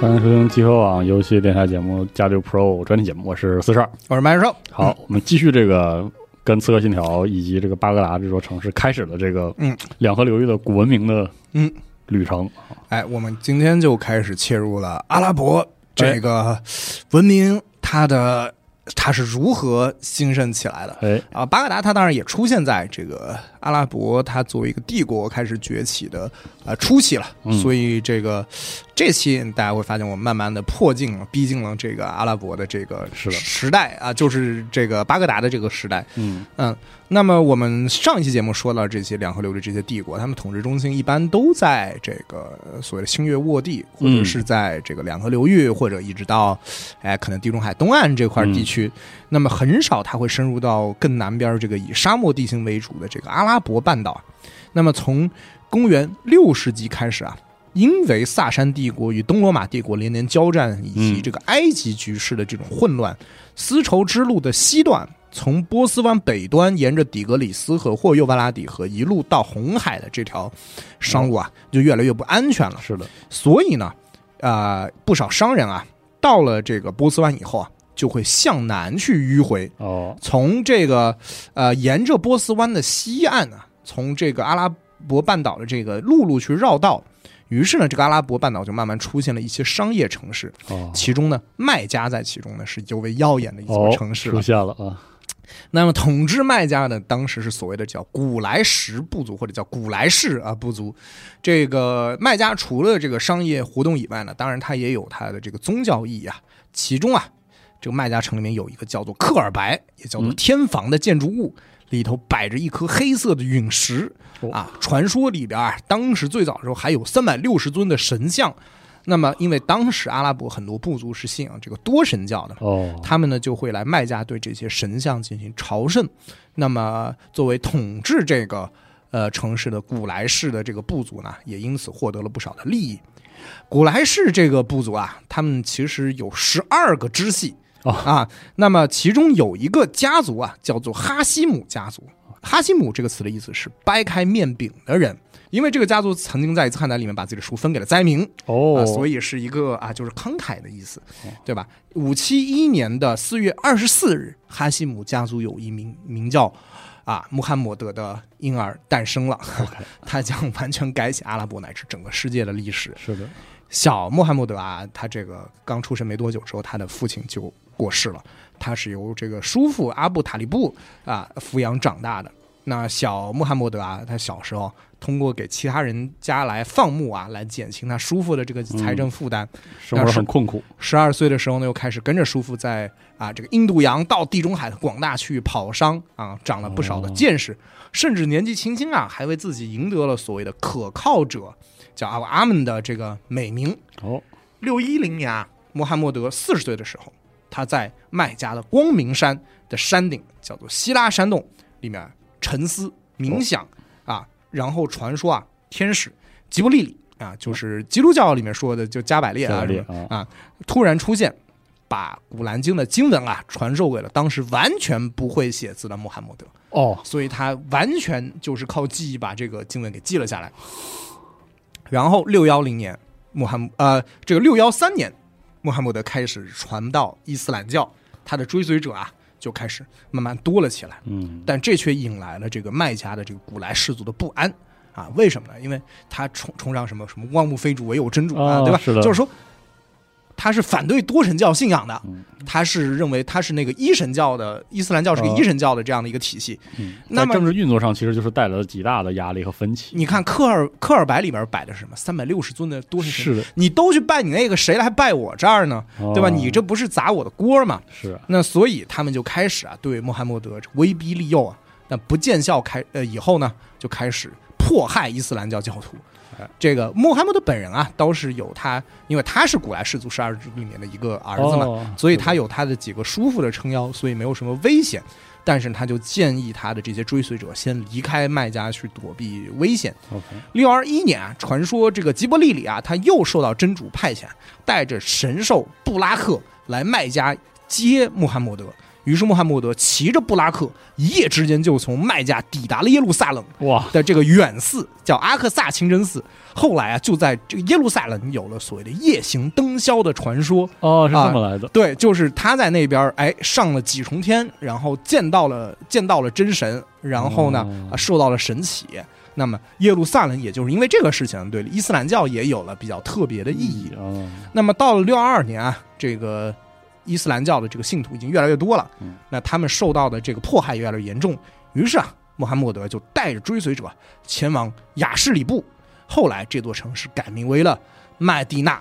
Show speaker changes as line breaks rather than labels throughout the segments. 欢迎收听集合网游戏电台节目《加六 Pro》专题节目，我是四十二。
我是麦兽，
好，我们继续这个跟《刺客信条》以及这个巴格达这座城市开始的这个
嗯
两河流域的古文明的
嗯
旅程。
哎，我们今天就开始切入了阿拉
哎
伯这个文明，它的它是如何兴盛起来的。
哎，
啊，巴格达它当然也出现在这个阿拉伯，它作为一个帝国开始崛起的呃初期了，
嗯
所以这个这期大家会发现，我们慢慢的迫近了，逼近了这个阿拉伯的这个
是的
时代啊，就是这个巴格达的这个时代。
嗯，
嗯，那么我们上一期节目说到这些两河流域这些帝国，他们统治中心一般都在这个呃所谓的星月沃地，或者
嗯
是在这个两河流域，或者一直到哎可能地中海东岸这块地区。
嗯
那么很少它会深入到更南边这个以沙漠地形为主的这个阿拉伯半岛。那么从公元六世纪开始啊。因为萨珊帝国与东罗马帝国连年交战，以及
嗯
这个埃及局势的这种混乱，丝绸之路的西段，从波斯湾北端沿着底格里斯河或幼发拉底河一路到红海的这条商路啊，就越来越不安全了。
是的，
所以呢，呃，不少商人啊，到了这个波斯湾以后啊，就会向南去迂回，
哦，
从这个呃沿着波斯湾的西岸啊，从这个阿拉伯半岛的这个陆路去绕道。于是呢，这个阿拉伯半岛就慢慢出现了一些商业城市，
哦，
其中呢，麦加在其中呢是尤为耀眼的一座
哦，
城市了
出。现了啊，
那么统治麦加呢，当时是所谓的叫古莱什部族或者叫古莱氏啊部族。这个麦加除了这个商业活动以外呢，当然它也有它的这个宗教意义啊。其中啊，这个麦加城里面有一个叫做克尔白，也叫做
嗯
天房的建筑物，里头摆着一颗黑色的陨石
哦
啊。传说里边啊，当时最早的时候还有三百六十尊的神像。那么，因为当时阿拉伯很多部族是信仰这个多神教的，
哦，
他们呢就会来麦加对这些神像进行朝圣。那么作为统治这个呃城市的古莱氏的这个部族呢，也因此获得了不少的利益。古莱氏这个部族啊，他们其实有十二个支系、
哦
啊，那么其中有一个家族啊，叫做哈希姆家族。哈希姆这个词的意思是掰开面饼的人，因为这个家族曾经在一次汉难里面把自己的书分给了灾民，啊，
哦，
所
以
以是一个啊，就是慷慨的意思，对吧？五七一年的四月二十四日，哈希姆家族有一名名叫啊穆罕默德的婴儿诞生了， 他将完全改写阿拉伯乃至整个世界的历史。
是的，
小穆罕默德啊，他这个刚出生没多久之后，他的父亲就过世了，他是由这个叔父阿布塔利布啊抚养长大的。那小穆罕默德啊，他小时候通过给其他人家来放牧啊，来减轻他叔父的这个财政负担。
生活很困苦，
十二岁的时候呢，又开始跟着叔父在啊这个印度洋到地中海的广大区域跑商啊，长了不少的见识，甚至年纪轻轻啊，还为自己赢得了所谓的可靠者，叫阿阿们的这个美名。
哦，
六一零年啊，穆罕默德四十岁的时候，他在麦加的光明山的山顶，叫做希拉山洞里面沉思
哦
冥想、啊，然后传说啊，天使吉布利里啊，就是基督教里面说的就加百列
加
啊
百列
什么啊，突然出现。把《古兰经》的经文啊传授给了当时完全不会写字的穆罕默德，
哦，
所以他完全就是靠记忆把这个经文给记了下来。然后六幺零年，穆罕默呃，这个六幺三年，穆罕默德开始传到伊斯兰教，他的追随者啊就开始慢慢多了起来。
嗯，
但这却引来了这个麦加的这个古莱氏族的不安啊！为什么呢？因为他崇崇尚什么什么万物非主，唯有真主啊，
哦
对吧？
是的
就是说。他是反对多神教信仰的
嗯，
他是认为他是那个一神教的伊斯兰教是个
哦
一神教的这样的一个体系，
嗯
那
在
么嗯
政治运作上其实就是带来了极大的压力和分歧，
你看克尔克尔白里面摆的是什么？三百六十尊的多神神，
是的，
你都去拜你那个，谁来拜我这儿呢？对吧？
哦
你这不是砸我的锅吗？
是啊
那所以他们就开始啊，对穆罕默德威逼利诱啊，那不见效开呃以后呢，就开始迫害伊斯兰教教徒
哎。
这个穆罕默德本人啊，倒是有他，因为他是古莱氏族十二支里面的一个儿子嘛，
哦
所以他有他的几个叔父的撑腰，所以没有什么危险。但是他就建议他的这些追随者先离开麦加去躲避危险。
，OK，
六二一年啊，传说这个吉伯利里啊，他又受到真主派遣，带着神兽布拉克来麦加接穆罕默德，于是穆罕默德骑着布拉克，一夜之间就从麦加抵达了耶路撒冷
哇，
的这个远寺，叫阿克萨清真寺。后来啊，就在这个耶路撒冷有了所谓的夜行灯宵的传说。
哦，是
啊
这么来的，
对，就是他在那边儿哎上了几重天，然后见到了见到了真神，然后呢、
哦
啊受到了神启。那么耶路撒冷也就是因为这个事情，对伊斯兰教也有了比较特别的意义。
哦，
那么到了六二二年啊，这个伊斯兰教的这个信徒已经越来越多了，
嗯
那他们受到的这个迫害越来越严重，于是啊，穆罕默德就带着追随者前往雅士里布，后来这座城市改名为了麦地那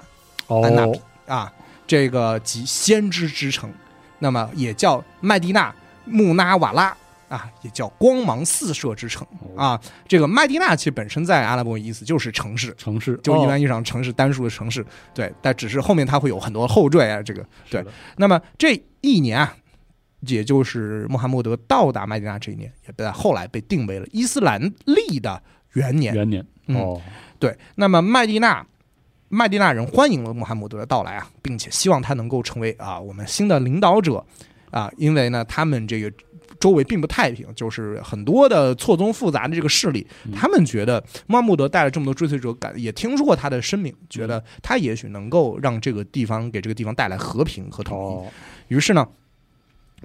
安纳比
哦，
啊，这个即先知之城，那么也叫麦地那穆纳瓦拉啊，也叫光芒四射之城
哦
啊。这个麦地那其实本身在阿拉伯语意思就是城市，
城市
就一般
哦
意义上城市单数的城市，对，但只是后面它会有很多后缀啊，这个对
是的。
那么这一年啊，也就是穆罕默德到达麦地那这一年，也在后来被定为了伊斯兰历的元年。
元年
嗯
哦，
对，那么麦地那，麦地那人欢迎了穆罕默德的到来啊，并且希望他能够成为啊我们新的领导者啊，因为呢，他们这个周围并不太平，就是很多的错综复杂的这个势力，他们觉得穆罕默德带了这么多追随者，感也听说过他的声明，觉得他也许能够让这个地方给这个地方带来和平和统一。
哦，
于是呢，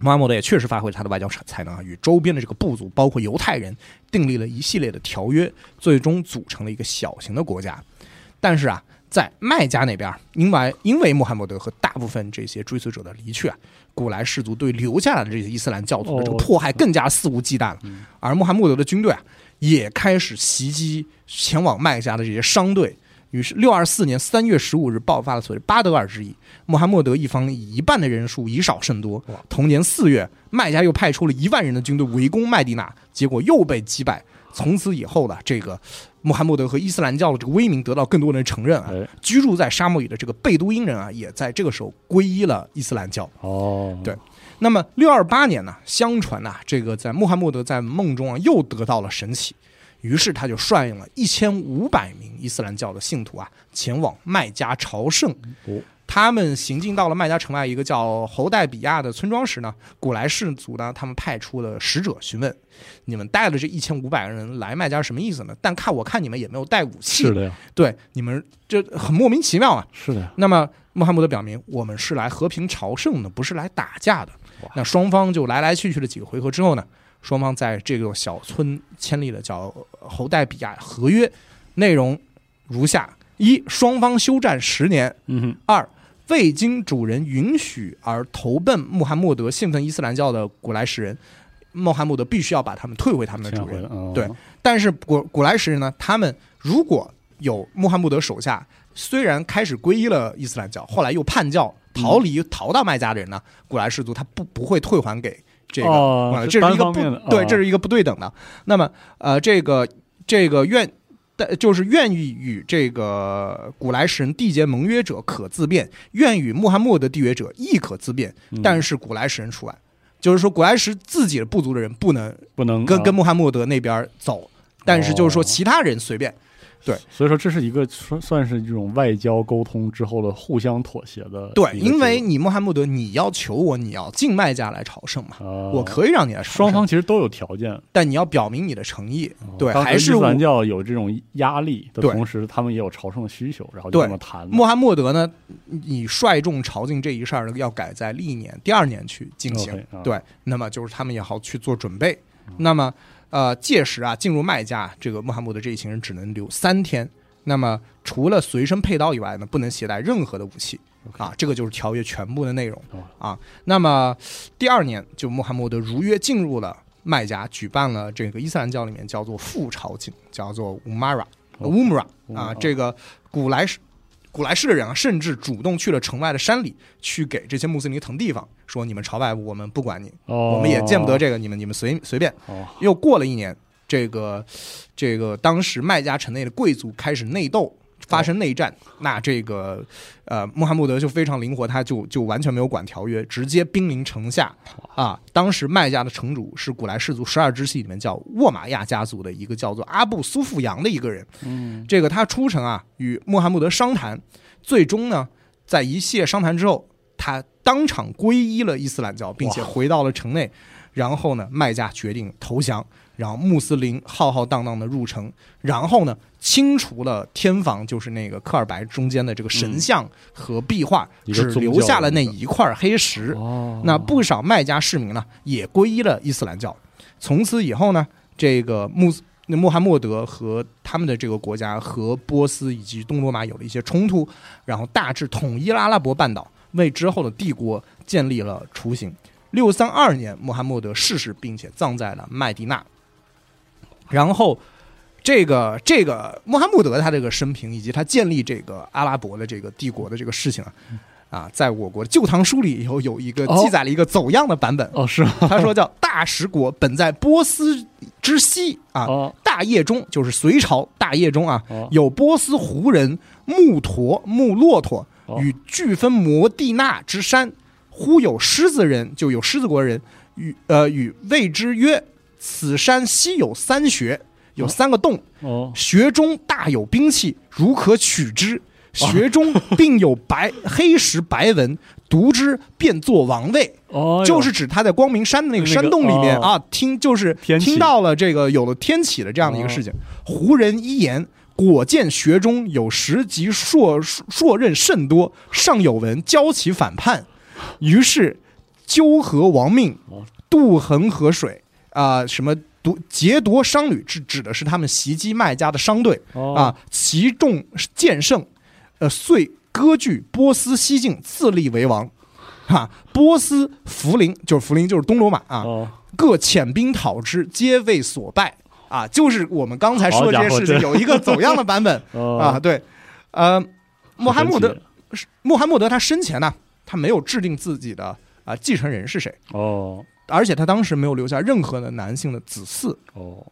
穆罕默德也确实发挥他的外交才能啊，与周边的这个部族，包括犹太人，订立了一系列的条约，最终组成了一个小型的国家。但是啊，在麦加那边，因为因为穆罕默德和大部分这些追随者的离去啊，古莱氏族对留下来的这些伊斯兰教徒的这个
哦
迫害更加肆无忌惮了。而穆罕默德的军队啊，也开始袭击前往麦加的这些商队。于是，六二四年三月十五日爆发了所谓巴德尔之役。穆罕默德一方以一半的人数以少胜多
哇。
同年四月，麦加又派出了一万人的军队围攻麦地那，结果又被击败。从此以后呢，这个穆罕默德和伊斯兰教的这个威名得到更多人承认啊。
哎，
居住在沙漠里的这个贝都因人啊，也在这个时候皈依了伊斯兰教。
哦，
对那么六二八年呢，相传呐、这个在穆罕默德在梦中啊又得到了神启，于是他就率领了一千五百名伊斯兰教的信徒啊，前往麦加朝圣。
哦
他们行进到了麦加城外一个叫侯代比亚的村庄时呢，古莱氏族呢，他们派出了使者询问：“你们带了这一千五百人来麦加是什么意思呢？但看我看你们也没有带武器，
是的呀，
对，你们这很莫名其妙啊。”
是的呀，
那么穆罕默德表明，我们是来和平朝圣的，不是来打架的
哇。
那双方就来来去去了几个回合之后呢，双方在这个小村签立了叫《侯代比亚合约》，内容如下：一、双方休战十年；
嗯哼，
二、未经主人允许而投奔穆罕默德信奉伊斯兰教的古莱什人，穆罕默德必须要把他们退回他们的
这样
主
回
人
来。哦
对但是古古莱什人呢，他们如果有穆罕默德手下，虽然开始皈依了伊斯兰教，后来又叛教逃离、逃到麦加的人呢，古莱氏族他不不会退还给这个，
哦
完了
是
这是
单
一个
方
不、
面的
对，
哦
这是一个不对等的。那么呃，这个这个愿。但就是愿意与这个古莱什人缔结盟约者可自辩，愿与穆罕默德缔约者亦可自辩，
嗯
但是古莱什人除外。就是说，古莱什自己的部族的人不能
不能
跟
啊
跟穆罕默德那边走，但是就是说
哦
其他人随便。
所以说这是一个算算是这种外交沟通之后的互相妥协的一个结
对，
果，
因为你穆罕默德，你要求我，你要进麦加来朝圣嘛，
啊，
我可以让你来朝圣
双，方嗯其实都有条件，哦
但你要表明你的诚意。对，
当时
还是
伊斯兰
我
教有这种压力的
对
同时，他们也有朝圣的需求，然后就
对
这么谈的。
穆罕默德呢，你率众朝觐这一事儿要改在历年第二年去进行。
OK，啊
对，那么就是他们也好去做准备。那么，呃，届时啊，进入麦加，这个穆罕默德这一行人只能留三天。那么，除了随身佩刀以外呢，不能携带任何的武器
OK
啊。这个就是条约全部的内容
哦
啊。那么，第二年就穆罕默德如约进入了麦加，举办了这个伊斯兰教里面叫做复朝觐，叫做 Umara
哦
Umra 啊
Umra，
这个古莱什古莱氏的人啊，甚至主动去了城外的山里，去给这些穆斯林腾地方，说你们朝拜我们不管你，
哦，
我们也见不得这个，你们你们随随便。
哦，
又过了一年，这个这个当时麦加城内的贵族开始内
哦
斗，发生内战。那这个呃，穆罕默德就非常灵活，他就就完全没有管条约，直接兵临城下啊。当时麦加的城主是古莱氏族十二支系里面叫沃玛亚家族的一个叫做阿布苏富扬的一个人。
嗯，
这个他出城啊，与穆罕默德商谈，最终呢，在一系列商谈之后，他当场皈依了伊斯兰教，并且回到了城内。然后呢，麦加决定投降，然后穆斯林浩浩荡荡的入城，然后呢，清除了天房，就是那个克尔白中间的这个神像和壁画，
一个
只
宗
留
教
下
的
了那
那个
一块黑石。
哦
那不少麦加市民呢也皈依了伊斯兰教。从此以后呢，这个穆斯那穆罕默德和他们的这个国家和波斯以及东罗马有了一些冲突，然后大致统一了阿拉伯半岛，为之后的帝国建立了雏形。六三二年，穆罕默德逝世，并且葬在了麦地那。然后，这个这个穆罕默德他这个生平以及他建立这个阿拉伯的这个帝国的这个事情啊，啊，在我国《旧唐书》里有有一个
哦
记载了一个走样的 版本，
哦是吗？
他说叫“大食国本在波斯之西啊，
哦
大业中就是隋朝大业中啊，
哦
有波斯胡人木驼、木骆驼
哦
与俱分摩地那之山，忽有狮子人，就有狮子国人与呃与谓之曰，此山西有三穴，有三个洞，
哦
穴中大有兵器，如可取之。
哦
穴中并有白 黑石白纹，读之便作王位。
哦，
就是指他在光明山的那个山洞里面
那个哦
啊，听就是
天启
听到了这个有了天启的这样的一个事情。胡人一言，果见穴中有石及硕硕刃甚多，上有文教其反叛，于是纠合亡命
哦，
渡恒河水啊、什么夺劫夺商旅，指指的是他们袭击卖家的商队。
哦
啊，其众渐盛，呃，遂割据波斯西境，自立为王。哈、波斯福林就是福林，就是东罗马啊，
哦
各遣兵讨之，皆为所败啊。就是我们刚才说这
好家
些
伙
事
这
情，有一个走样的版本
哦
啊。，对，呃，穆罕默
很
德
神，
穆罕默德他生前呢，他没有制定自己的啊、继承人是谁，
奇哦
而且他当时没有留下任何的男性的子嗣，
哦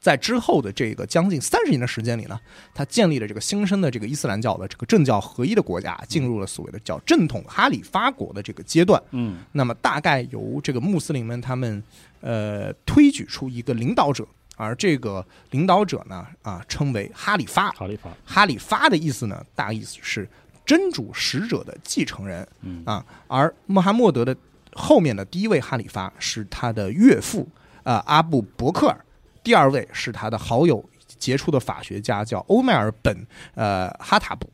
在之后的这个将近三十年的时间里呢，他建立了这个新生的这个伊斯兰教的这个政教合一的国家，进入了所谓的叫正统哈里发国的这个阶段。
嗯
那么大概由这个穆斯林们他们呃推举出一个领导者，而这个领导者呢啊称为哈里发。
哈里发
哈里发的意思呢，大意思是真主使者的继承人
嗯
啊。而穆罕默德的后面的第一位哈里发是他的岳父啊、呃阿布伯克尔，第二位是他的好友杰出的法学家叫欧迈尔本呃哈塔布。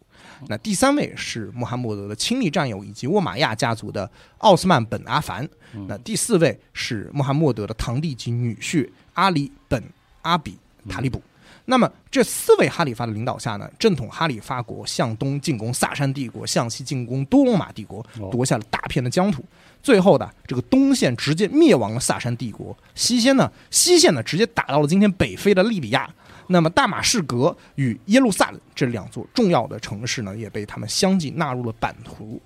那第三位是穆罕默德的亲密战友以及沃玛亚家族的奥斯曼本阿凡。那第四位是穆罕默德的堂弟及女婿阿里本阿比塔利卜。那么这四位哈里发的领导下呢，正统哈里发国向东进攻萨珊帝国，向西进攻多隆马帝国
哦，
夺下了大片的疆土。最后呢，这个东线直接灭亡了萨珊帝国，西线呢，西线呢直接打到了今天北非的利比亚。那么大马士革与耶路撒冷这两座重要的城市呢，也被他们相继纳入了版图。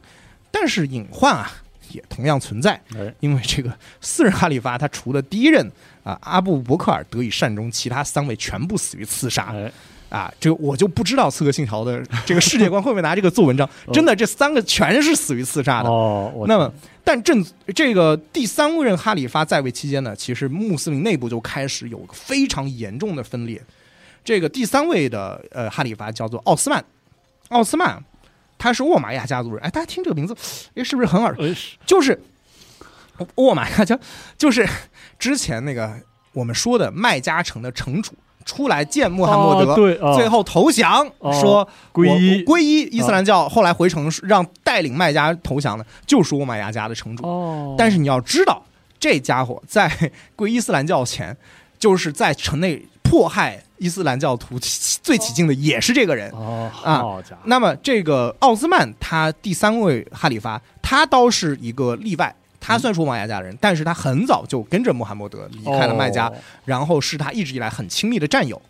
但是隐患啊，也同样存在。
哎
因为这个四任哈里发，他除了第一任啊阿布伯克尔得以善终，其他三位全部死于刺杀
哎
啊。这个我就不知道《刺客信条》的这个世界观会不会拿这个做文章。真的，这三个全是死于刺杀的。
哦我
那么，但正这个第三任哈里发在位期间呢，其实穆斯林内部就开始有个非常严重的分裂。这个第三位的呃哈里发叫做奥斯曼，奥斯曼他是沃玛亚家族人。哎，大家听这个名字，哎，是不是很耳熟？
哎是
就是沃玛亚家，就是之前那个我们说的麦加城的城主出来见穆罕默德，
哦对哦
最后投降，
哦
说
皈
我
依嗯
皈依伊斯兰教，后来回城让带领麦加投降的，就是沃玛亚家的城主。
哦
但是你要知道，这家伙在 皈依伊斯兰教前，就是在城内迫害伊斯兰教徒最起劲的也是这个人。
哦
啊
好家伙
那么这个奥斯曼他第三位哈里发，他倒是一个例外。他虽然说王亚家人，但是他很早就跟着穆罕默德离开了麦加，
哦
然后是他一直以来很亲密的战友。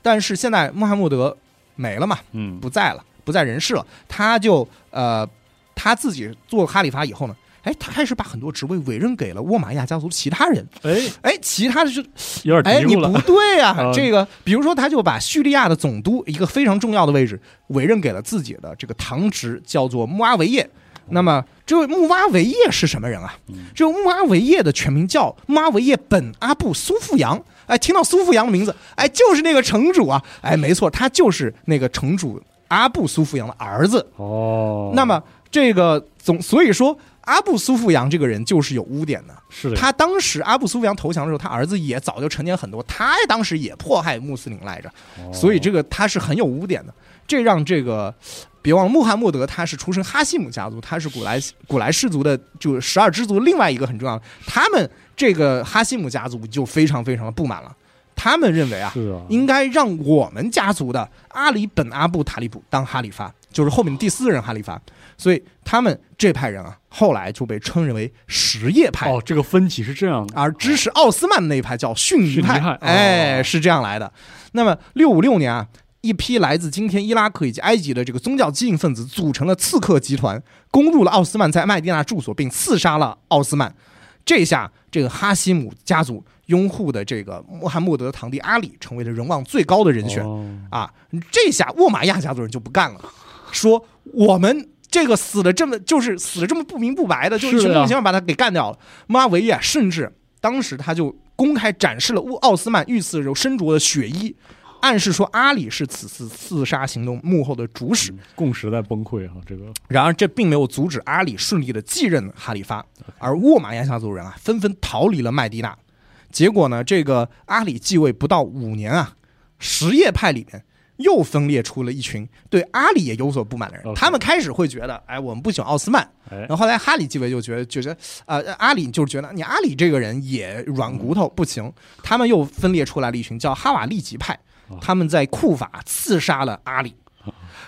但是现在穆罕默德没了嘛，
嗯
不在了，不在人世了，他就呃他自己做哈里发以后呢，哎，他开始把很多职位委任给了沃玛亚家族其他人，
哎
哎，其他的就
有点
哎，
嘀
你
咕了
不对呀、
嗯
这个，比如说，他就把叙利亚的总督一个非常重要的位置委任给了自己的这个堂侄，叫做穆阿维叶。那么，这位穆阿维叶是什么人啊？
嗯
这位穆阿维叶的全名叫穆阿维叶本阿布苏富扬。哎，听到苏富扬的名字，哎，就是那个城主啊！哎，没错，他就是那个城主阿布苏富扬的儿子。
哦
那么这个总所以说。阿布苏富扬这个人就是有污点的，
是的，
他当时阿布苏富扬投降的时候，他儿子也早就成年很多，他当时也迫害穆斯林来着，
哦
所以这个他是很有污点的。这让这个别忘了穆罕默德他是出身哈希姆家族，他是古莱古莱氏族的，就是十二支族另外一个很重要的，他们这个哈希姆家族就非常非常的不满了，他们认为啊，
是啊，
应该让我们家族的阿里本阿布塔利卜当哈里发，就是后面第四任哈里发。所以他们这派人啊，后来就被称为什叶派，
哦，这个分歧是这样的，
而支持奥斯曼那一派叫逊尼
逊尼派哦
哎，是这样来的。那么六五六年啊。一批来自今天伊拉克以及埃及的这个宗教激进分子组成了刺客集团，攻入了奥斯曼在麦地那住所，并刺杀了奥斯曼。这下，这个哈希姆家族拥护的这个穆罕默德的堂弟阿里成为了人望最高的人选。
哦
啊，这下沃玛亚家族人就不干了，说我们这个死了这么就是死了这么不明不白的，就是一群
的呀
莫名其妙把他给干掉了。马维亚甚至当时他就公开展示了乌奥斯曼遇刺的时候身着的血衣，暗示说阿里是此次刺杀行动幕后的主使。
共识在崩溃啊，这个
然而，这并没有阻止阿里顺利的继任哈里发，而沃玛亚家族人啊，纷纷逃离了麦地那。结果呢，这个阿里继位不到五年啊，什叶派里面又分裂出了一群对阿里也有所不满的人。
OK
他们开始会觉得，哎，我们不喜欢奥斯曼，
哎
然后后来哈里继位就觉得，觉得呃，阿里就是觉得你阿里这个人也软骨头不行，他们又分裂出来了一群叫哈瓦利吉派，他们在库法刺杀了阿里，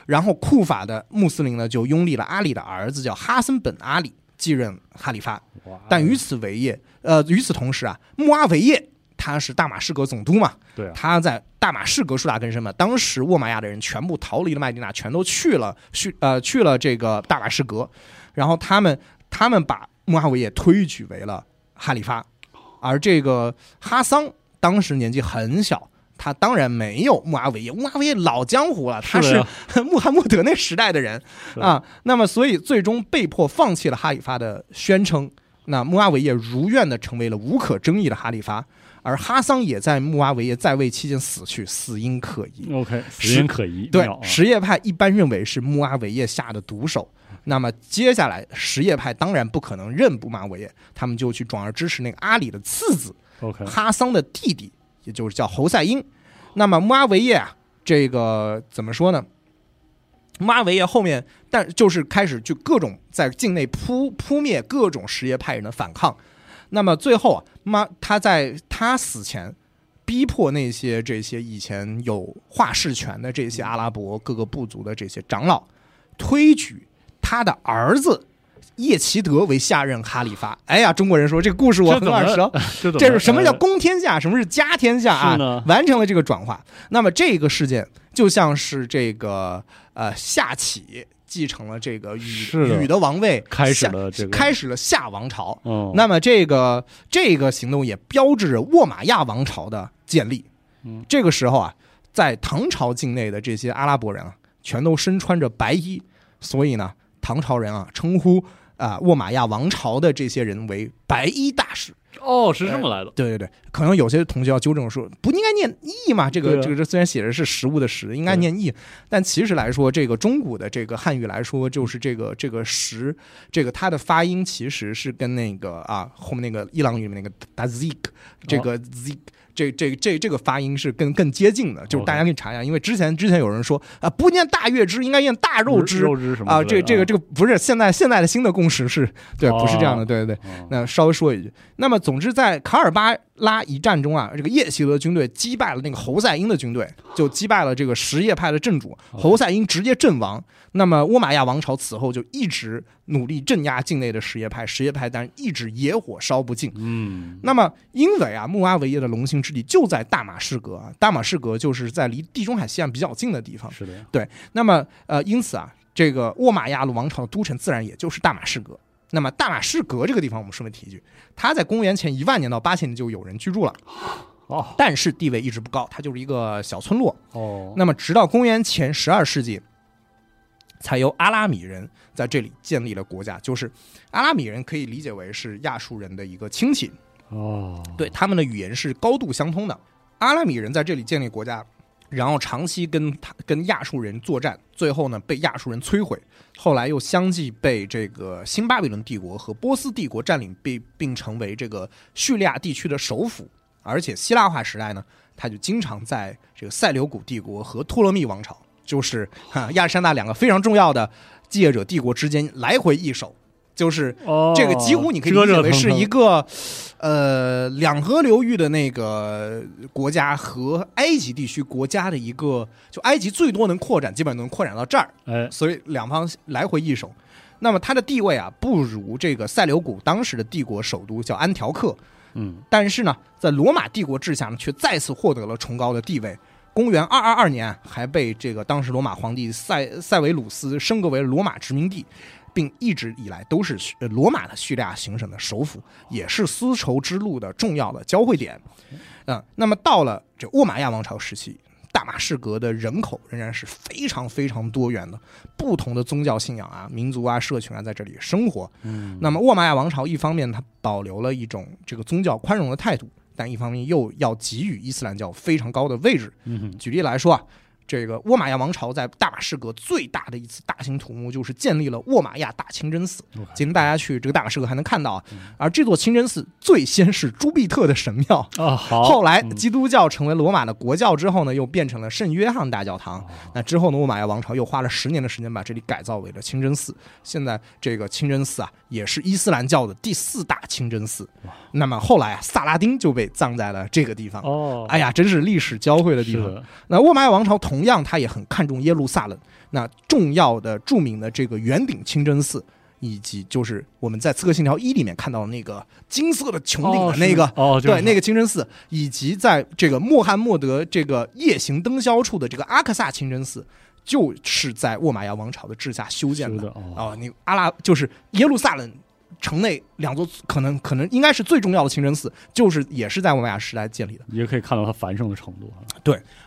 然后库法的穆斯林呢就拥立了阿里的儿子叫哈森本阿里继任哈里发，
哇，
但与此为业，呃，与此同时啊，穆阿维叶他是大马士革总督嘛，
对啊，
他在大马士革树大根深嘛，当时沃玛亚的人全部逃离了麦地那，全都去了去呃去了这个大马士革，然后他们他们把穆哈维也推举为了哈里发，而这个哈桑当时年纪很小。他当然没有穆阿维叶，穆阿维叶老江湖了，他
是的
是
呀
穆罕默德那时代的人
是
啊。那么，所以最终被迫放弃了哈里发的宣称，那穆阿维叶如愿的成为了无可争议的哈里发，而哈桑也在穆阿维叶在位期间死去，死因可疑。
OK，死
是
因可疑，
对
妙啊，
什叶派一般认为是穆阿维叶下的毒手，那么接下来什叶派当然不可能认穆阿维叶，他们就去转而支持那个阿里的次子
OK，
哈桑的弟弟，也就是叫侯赛因。那么穆阿维叶啊，这个怎么说呢？穆阿维叶后面，但就是开始就各种在境内扑扑灭各种什叶派人的反抗。那么最后啊，妈他在他死前，逼迫那些这些以前有话事权的这些阿拉伯各个部族的这些长老，推举他的儿子叶奇德为下任哈里发。哎呀，中国人说这个故事我
这
很
怎么
耳熟，
这怎
这是什么叫
呃
公天下，什么是家天下
是
啊
呢？
完成了这个转化。那么这个事件就像是这个呃夏启继承了这个禹
是的
禹的王位，
开始
夏
了这个
开始了夏王朝。
哦，
那么这个这个行动也标志着沃玛亚王朝的建立。
嗯
这个时候啊，在唐朝境内的这些阿拉伯人啊，全都身穿着白衣，所以呢，唐朝人啊称呼啊、沃玛亚王朝的这些人为白衣大使。
哦是这么来的，
对对对，可能有些同学要纠正我说，不应该念义嘛？这个、
对啊
这个这虽然写的是食物的食，应该念义，但其实来说，这个中古的这个汉语来说，就是这个这个食，这个它的发音其实是跟那个啊后面那个伊朗语里面那个 dazik 这个 zik。这这这这个发音是更更接近的，就是大家可以查一下，因为之前之前有人说啊，不念大月支，应该念大肉支
肉汁什么
啊。
之类的
这这个这个不是现在现在的新的共识是，对，不是这样的，
哦
对对对。
哦
那稍微说一句，那么总之在卡尔巴拉一战中啊，这个叶希德军队击败了那个侯赛因的军队，就击败了这个什叶派的镇主侯赛因，直接阵亡。那么沃玛亚王朝此后就一直努力镇压境内的什叶派，什叶派但一直野火烧不尽。
嗯
那么，因为啊，穆阿维叶的龙兴之地就在大马士革啊，大马士革就是在离地中海西岸比较近的地方。
是的呀，
对，那么呃，因此啊，这个沃玛亚鲁王朝的都城自然也就是大马士革。那么大马士革这个地方，我们顺便提一句，它在公元前一万年到八千年就有人居住了，
哦
但是地位一直不高，它就是一个小村落。
哦
那么直到公元前十二世纪，才由阿拉米人在这里建立了国家，就是阿拉米人可以理解为是亚述人的一个亲戚，
哦
对他们的语言是高度相通的。阿拉米人在这里建立国家，然后长期跟他跟亚述人作战，最后呢被亚述人摧毁，后来又相继被这个新巴比伦帝国和波斯帝国占领并并成为这个叙利亚地区的首府，而且希腊化时代呢，他就经常在这个塞琉古帝国和托勒密王朝，就是哈亚历山大两个非常重要的继业者帝国之间来回易手，就是
哦，
这个几乎你可以理解为是一个，呃，两河流域的那个国家和埃及地区国家的一个，就埃及最多能扩展，基本能扩展到这儿，
哎，
所以两方来回易手。那么它的地位啊，不如这个塞琉古当时的帝国首都叫安条克，
嗯
但是呢，在罗马帝国治下呢，却再次获得了崇高的地位。公元二二二年啊，还被这个当时罗马皇帝塞塞维鲁斯升格为罗马殖民地，并一直以来都是呃罗马的叙利亚行省的首府，也是丝绸之路的重要的交汇点。嗯，那么到了这沃玛亚王朝时期，大马士革的人口仍然是非常非常多元的，不同的宗教信仰啊、民族啊、社群啊在这里生活。
嗯，
那么沃玛亚王朝一方面它保留了一种这个宗教宽容的态度，但一方面又要给予伊斯兰教非常高的位置。
嗯哼
举例来说啊，这个沃玛亚王朝在大马士革最大的一次大型土木就是建立了沃玛亚大清真寺。
OK
今天大家去这个大马士革还能看到啊，而这座清真寺最先是朱庇特的神庙，
啊，好，
后来
嗯
基督教成为罗马的国教之后呢，又变成了圣约翰大教
哦
堂。那之后呢，沃玛亚王朝又花了十年的时间把这里改造为了清真寺。现在这个清真寺啊，也是伊斯兰教的第四大清真寺。那么后来啊，萨拉丁就被葬在了这个地方。
哦，
哎呀，真是历史交汇的地
是
方。
的，
那沃玛亚王朝同样，他也很看重耶路撒冷。那重要的、著名的这个圆顶清真寺，以及就是我们在《刺客信条一》里面看到的那个金色的穹顶啊
哦
的那个，
是哦，就是
对，那个清真寺，以及在这个穆罕默德这个夜行灯宵处的这个阿克萨清真寺，就是在沃玛亚王朝的治下修建
修
的。
的哦，
啊、你阿拉就是耶路撒冷城内两座可能可能应该是最重要的清真寺，就是也是在沃玛亚时代建立的。
也可以看到它繁盛的程度啊。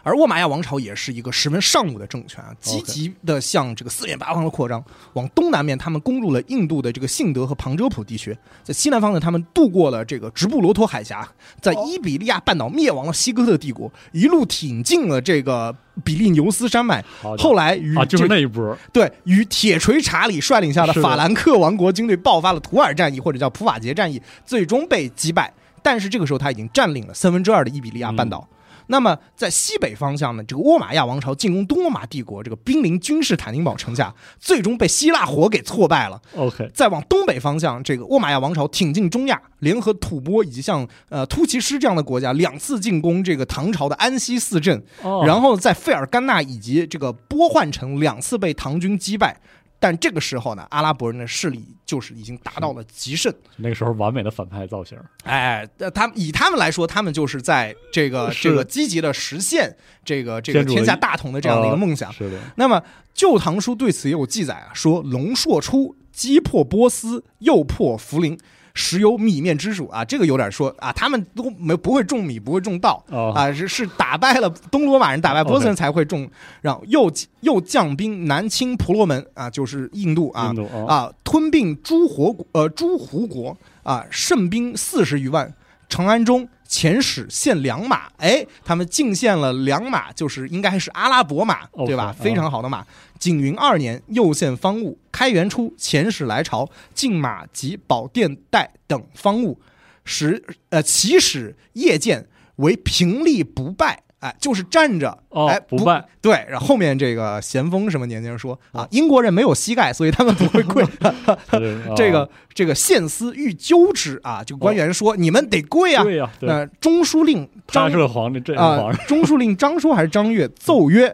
而沃玛亚王朝也是一个十分尚武的政权啊，积极的向这个四面八方的扩张。往东南面，他们攻入了印度的这个信德和旁遮普地区；在西南方呢，他们渡过了这个直布罗陀海峡，在
哦
伊比利亚半岛灭亡了西哥特帝国，一路挺进了这个比利牛斯山脉。
好的
后来与
啊，就是
这
那一波，
对与铁锤查理率领下的
是的
法兰克王国军队爆发了图尔战役，或者叫普瓦捷战役，最终被击败。但是这个时候他已经占领了三分之二的伊比
嗯
利亚半岛。那么在西北方向呢，这个沃玛亚王朝进攻东罗马帝国，这个兵临君士坦丁堡城下，最终被希腊火给挫败了。
OK，
再往东北方向，这个沃玛亚王朝挺进中亚，联合吐蕃以及像呃突骑师这样的国家，两次进攻这个唐朝的安西四镇，
哦，
然后在费尔干纳以及这个波幻城两次被唐军击败，但这个时候呢，阿拉伯人的势力就是已经达到了极盛。
那个时候完美的反派造型，
哎，呃他们以他们来说，他们就是在这个
是
这个积极的实现这个这个
建筑了
天下大同的这样的啊一个
呃
梦想。
是的，
那么《旧唐书》对此也有记载啊，说龙朔出，击破波斯，又破涪陵，时有米面之属啊。这个有点说啊，他们都没不会种米，不会种稻。
哦，
啊，是是打败了东罗马人，打败波斯人
OK
才会中，然后又又将兵南侵婆罗门啊，就是印度啊
印度哦
啊，吞并诸活国呃诸胡国啊，胜兵四十余万，长安中。遣使献良马，哎，他们进献了良马，就是应该是阿拉伯马，
OK，
对
哦？
吧非常好的马。景云二年，又献方物。开元初，遣使来朝，进马及宝殿带等方物，使呃起使夜见为平立不败，哎，就是站着，
哦
哎
不败，
对。然后后面这个咸丰什么年轻人说啊，英国人没有膝盖，所以他们不会 跪。
他哦这个
这个这个县司欲纠之啊，这个官员说你们得跪啊。
哦对呀，对，
那中书令
他
张
是个皇帝，这是
啊
皇 上，，
中书令张叔还是张悦奏曰：“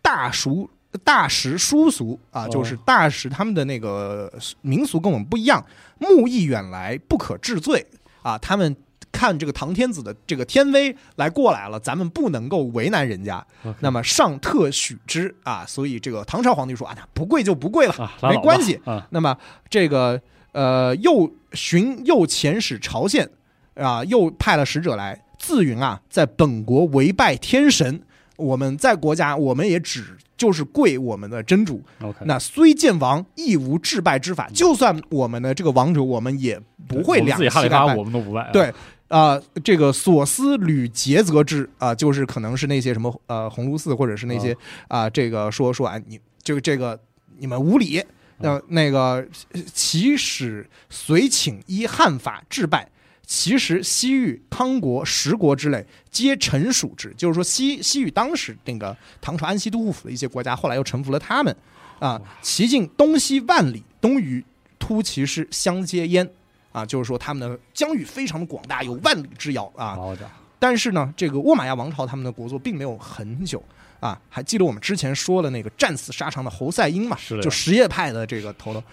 大蜀大食叔俗啊，
哦
就是大食他们的那个呃民俗跟我们不一样，木易远来，不可治罪啊。他们看这个唐天子的这个天威来过来了，咱们不能够为难人家。
OK
那么上特许之啊，所以这个唐朝皇帝说啊，那不跪就不跪了，
啊，拉
没
倒吧
关系。
啊，
那么这个呃，又寻又遣使朝献啊、又派了使者来。自云啊，在本国为拜天神，我们在国家我们也只就是跪我们的 真主。
啊，OK，
那虽见王，亦无致拜之法。就算我们的这个王者，我们也不会
我们
两
自己
膝
哈里
盖
发，
拜。
我们都不拜，
对，啊、这个索斯吕杰则制啊、就是可能是那些什么呃鸿胪寺，或者是那些啊、这个说说啊，你这个这个你们无礼。那、那个其使随请依汉法制拜，其实西域、康国、十国之类，皆臣属之。就是说西，西域当时那个唐朝安西都护府的一些国家，后来又臣服了他们。啊，其境东西万里，东与突骑师相接焉。啊，就是说他们的疆域非常的广大，有万里之遥啊。
好家伙，
但是呢，这个沃玛亚王朝他们的国祚并没有很久啊，还记得我们之前说了那个战死沙场的侯赛因嘛，
是的
就什叶派的这个头头，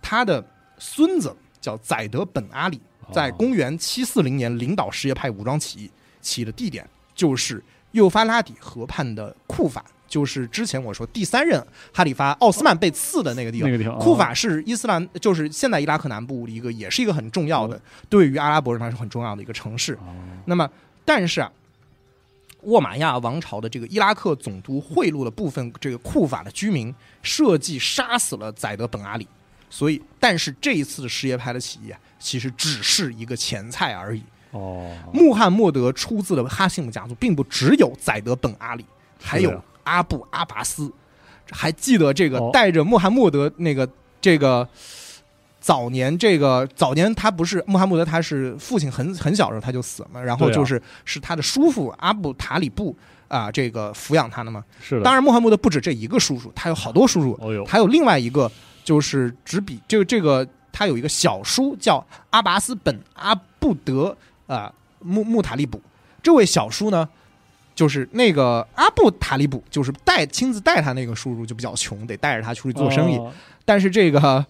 他的孙子叫宰德本阿里，
哦
在公元七四零年领导什叶派武装起义，起义的地点就是幼发拉底河畔的库法。就是之前我说第三任哈里发奥斯曼被刺的那个地方，
那个地方哦
库法是伊斯兰，就是现在伊拉克南部一个，也是一个很重要的，对于阿拉伯人来说很重要的一个城市。那么，但是啊，沃玛亚王朝的这个伊拉克总督贿赂了部分这个库法的居民，设计杀死了宰德本阿里。所以，但是这一次的什叶派的起义啊，其实只是一个前菜而已。
哦，
穆罕默德出自的哈希姆家族，并不只有宰德本阿里，还
是
有
啊
阿布阿拔斯。还记得这个
哦
带着穆罕默德那个这个早年这个早年他不是穆罕默德，他是父亲很很小的时候他就死了嘛，然后
对啊
就是、是他的叔父阿布塔里布啊、这个抚养他的嘛。
是的，
当然，穆罕默德不止这一个叔叔，他有好多叔叔，
哦呦，
还有另外一个就是执笔，这个这个他有一个小叔叫阿拔斯本阿布德啊、呃穆穆塔利卜。这位小叔呢，就是那个阿布塔利卜，就是带亲自带他那个叔叔就比较穷，得带着他出去做生意。
哦
但是这个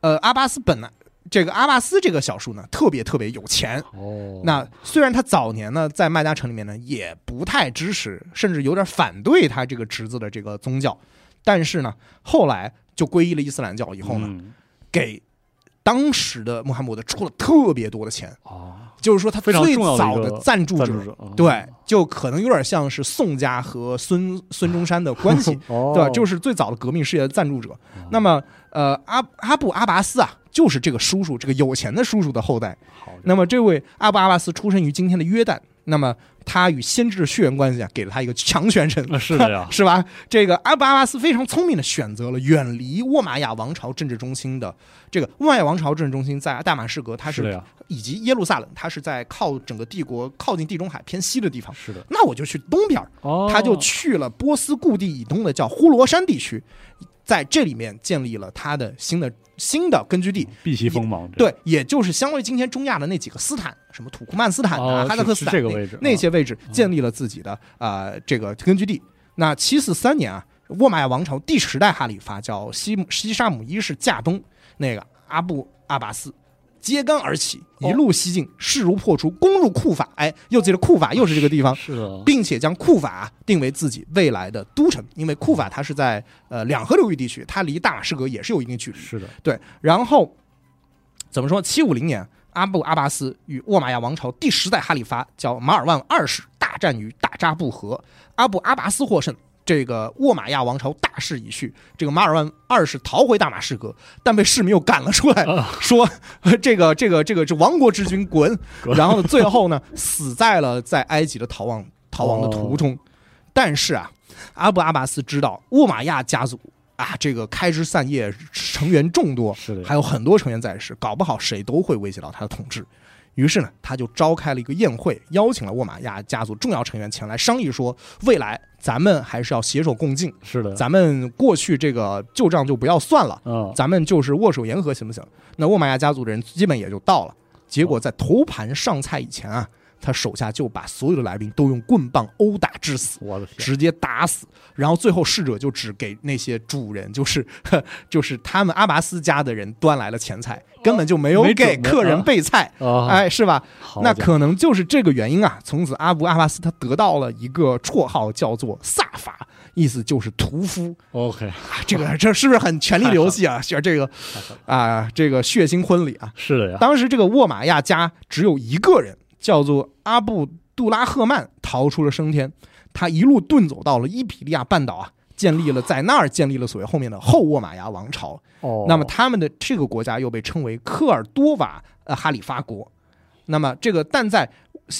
呃阿巴斯本呢，这个阿巴斯这个小叔呢，特别特别有钱。
哦，
那虽然他早年呢在麦加城里面呢也不太支持，甚至有点反对他这个侄子的这个宗教，但是呢后来就皈依了伊斯兰教以后呢，
嗯
给当时的穆罕默德出了特别多的钱，
哦，
就是说他
非常
最
重要的一
早
个
的赞助
赞
者嗯
助，者，哦
对，就可能有点像是宋家和孙孙中山的关 系，
哦，
对吧？就是是最早的革命事业的赞助者。那么，呃，阿阿布阿拔斯啊，就是这个叔叔，这个有钱的叔叔的后代。
好家伙，
那么，这位阿布阿拔斯出身于今天的约旦，那么他与先知的血缘关系啊，给了他一个强权神。
啊是的呀
是吧？这个阿布阿巴斯非常聪明的选择了远离沃玛雅王朝政治中心的这个沃玛雅王朝政治中心在大马士革，它
是的
是
呀，
以及耶路撒冷，它是在靠整个帝国靠近地中海偏西的地方。
是的，
那我就去东边儿，
哦，
他就去了波斯故地以东的叫呼罗珊地区，在这里面建立了他的新的新的根据地。
避其锋芒，这
对，也就是相当于今天中亚的那几个斯坦，什么土库曼斯坦啊、
哦
哈萨克斯坦
是是这个
那
位置哦
那些位置，建立了自己的呃这个根据地。那七四三年啊，沃玛亚王朝第十代哈里发叫西姆西沙姆一世驾崩，那个阿布阿拔斯。揭竿而起，一路西进，势如破竹，攻入库法。哎，又记得库法又是这个地方，
是的，
并且将库法啊定为自己未来的都城，因为库法它是在呃两河流域地区，它离大马士革也是有一定距离。
是的，
对，然后怎么说？七五零年，阿布阿巴斯与沃玛亚王朝第十代哈里发叫马尔万二世大战于大扎布河，阿布阿拔斯获胜。这个沃玛亚王朝大势已去，这个马尔万二世逃回大马士革，但被市民又赶了出来，说呃这个这个这个这亡国之君滚！然后呢，最后呢，死在了在埃及的逃亡逃亡的途中。但是啊，阿布阿巴斯知道沃玛亚家族啊，这个开枝散叶，成员众多，
是的呀
还有很多成员在世，搞不好谁都会威胁到他的统治。于是呢，他就召开了一个宴会，邀请了沃玛亚家族重要成员前来商议说，未来咱们还是要携手共进，
是的，
咱们过去这个旧账就不要算了，
嗯，
咱们就是握手言和，行不行？那沃玛亚家族的人基本也就到了。结果在头盘上菜以前啊，他手下就把所有的来宾都用棍棒殴打致死，
我的天，
直接打死。然后最后逝者就只给那些主人，就是 呵就是他们阿拔斯家的人端来了前菜，根本就没有
没准
给
备
客人
啊
备菜。
啊，
哎，是吧？
好
那
家
可能就是这个原因啊。从此，阿布阿巴斯他得到了一个绰号，叫做萨法，意思就是屠夫。
伙，OK，
啊，这个这是不是很权 力的游戏啊？是这个啊，这个血腥婚礼啊。
是的呀，
当时这个沃玛亚家只有一个人，叫做阿布杜拉赫曼，逃出了升天。他一路遁走到了伊比利亚半岛啊，建立了在那儿建立了所谓后面的后沃玛亚王朝。
哦，
那么他们的这个国家又被称为科尔多瓦呃哈里发国。那么这个但在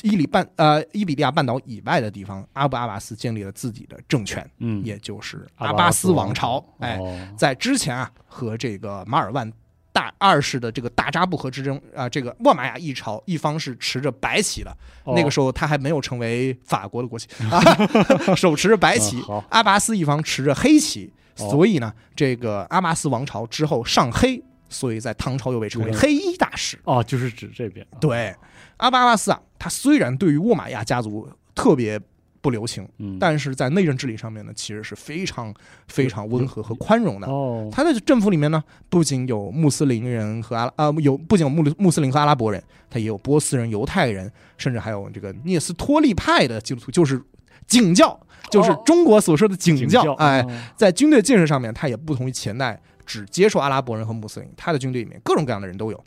伊里半呃伊比利亚半岛以外的地方，阿布阿巴斯建立了自己的政权，
嗯，
也就是
阿
阿
巴
巴
斯
斯
王
王朝。哎，
哦
在之前啊，和这个马尔万大二世的这个大扎布河之争啊、这个沃玛雅一朝一方是持着白旗的，
哦
那个时候他还没有成为法国 的国旗啊， 手持着白旗
嗯好；
阿拔斯一方持着黑旗，
哦
所以呢，这个阿拔斯王朝之后上黑，所以在唐朝又被称为
嗯
黑衣大使。
哦，就是指这边，
对，阿巴阿巴斯啊，他虽然对于沃玛亚家族特别不留情，
嗯
但是在内政治理上面呢，其实是非常非常温和和宽容的。
哦，
他的政府里面呢，不仅有穆斯林人和阿拉呃有不仅有穆斯穆斯林和阿拉伯人，他也有波斯人、犹太人，甚至还有这个涅斯托利派的基督徒，就是景教，就是
哦
中国所说的景教。
教，
哎，
哦，
在军队建设上面，他也不同于前代只接受阿拉伯人和穆斯林，他的军队里面各种各样的人都有。
哦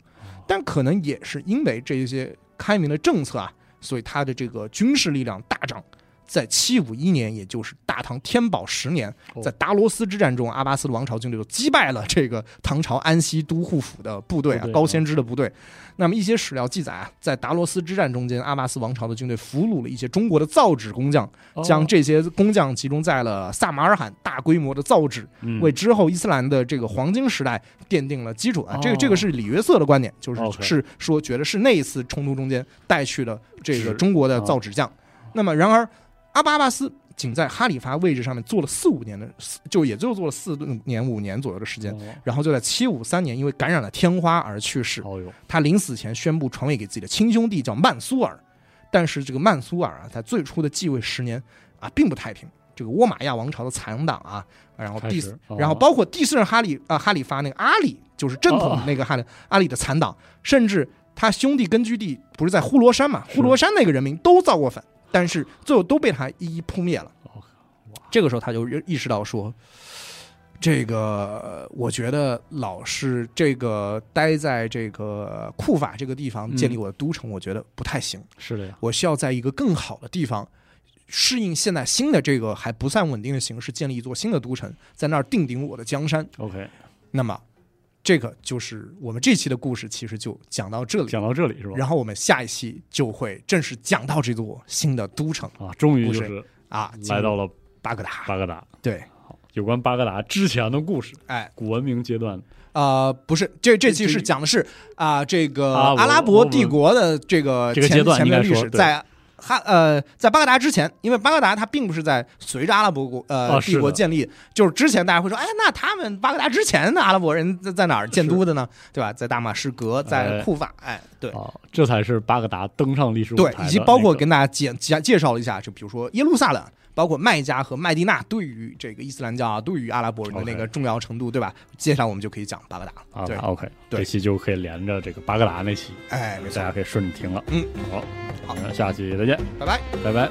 但可能也是因为这些开明的政策啊，所以他的这个军事力量大涨。在七五一年，也就是大唐天宝十年
哦，
在达罗斯之战中，阿巴斯王朝军队就击败了这个唐朝安西都护府的部队
部
啊
队，
高仙芝的部队。那么一些史料记载啊，在达罗斯之战中间，阿巴斯王朝的军队俘虏了一些中国的造纸工匠，
哦
将这些工匠集中在了萨马尔罕，大规模的造纸，
嗯
为之后伊斯兰的这个黄金时代奠定了基础啊
哦。
这个这个是里约瑟的观点，就是
OK
是说觉得是那一次冲突中间带去了这
纸
个中国的
啊
造纸匠。那么然而阿巴阿巴斯。仅在哈里发位置上面坐了四五年的，四就也就做了四年五年左右的时间，
哦
然后就在七五三年因为感染了天花而去世。
哦哟，
他临死前宣布传位给自己的亲兄弟叫曼苏尔，但是这个曼苏尔啊，在最初的继位十年啊，并不太平。这个倭马亚王朝的残党啊，然后
开
第
始
四
哦
然后包括第四任哈里啊哈里发那个阿里，就是正统
哦
的那个哈里、阿里的残党，甚至他兄弟根据地不是在呼罗珊嘛？
是
呼罗珊那个人民都造过反，但是最后都被他一一扑灭了。
哦
这个时候他就意识到说，这个我觉得老是这个待在这个库法这个地方
嗯
建立我的都城，我觉得不太行，
是的呀，
我需要在一个更好的地方。适应现在新的这个还不算稳定的形势，建立一座新的都城，在那儿定鼎我的江山。
OK，
那么，这个就是我们这期的故事，其实就讲到这里。
讲到这里是吧？
然后我们下一期就会正式讲到这座新的都城
啊，终于就
故事
是
啊，
来到了
巴格达。
巴格达。
对，
有关巴格达之前的故事，
哎，
古文明阶段，
呃，不是，这这
这
期是讲的是啊、这个
阿拉伯
阿拉伯帝国的这个
这个阶
前
段
前
应
面
该
历
说
史，
对
在哈呃，在巴格达之前，因为巴格达它并不是在随着阿拉伯国呃、
啊是的
帝国建立，就是之前大家会说，哎，那他们巴格达之前的阿拉伯人在在哪儿建都的呢？对吧？在大马士革，
哎
在库法，哎，对。
啊，这才是巴格达登上历史舞台
对
的、，
以及包括跟大家介介介绍了一下，就比如说耶路撒冷，包括麦加和麦地那对于这个伊斯兰教啊，对于阿拉伯人的那个
OK
重要程度，对吧？接下来我们就可以讲巴格达
啊
了。对，
，OK，
对
这期就可以连着这个巴格达那期，
哎，没错
大，家可以顺着听了。
嗯，
好，
好
那下期再见，
拜拜。
拜拜。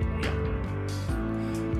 模样。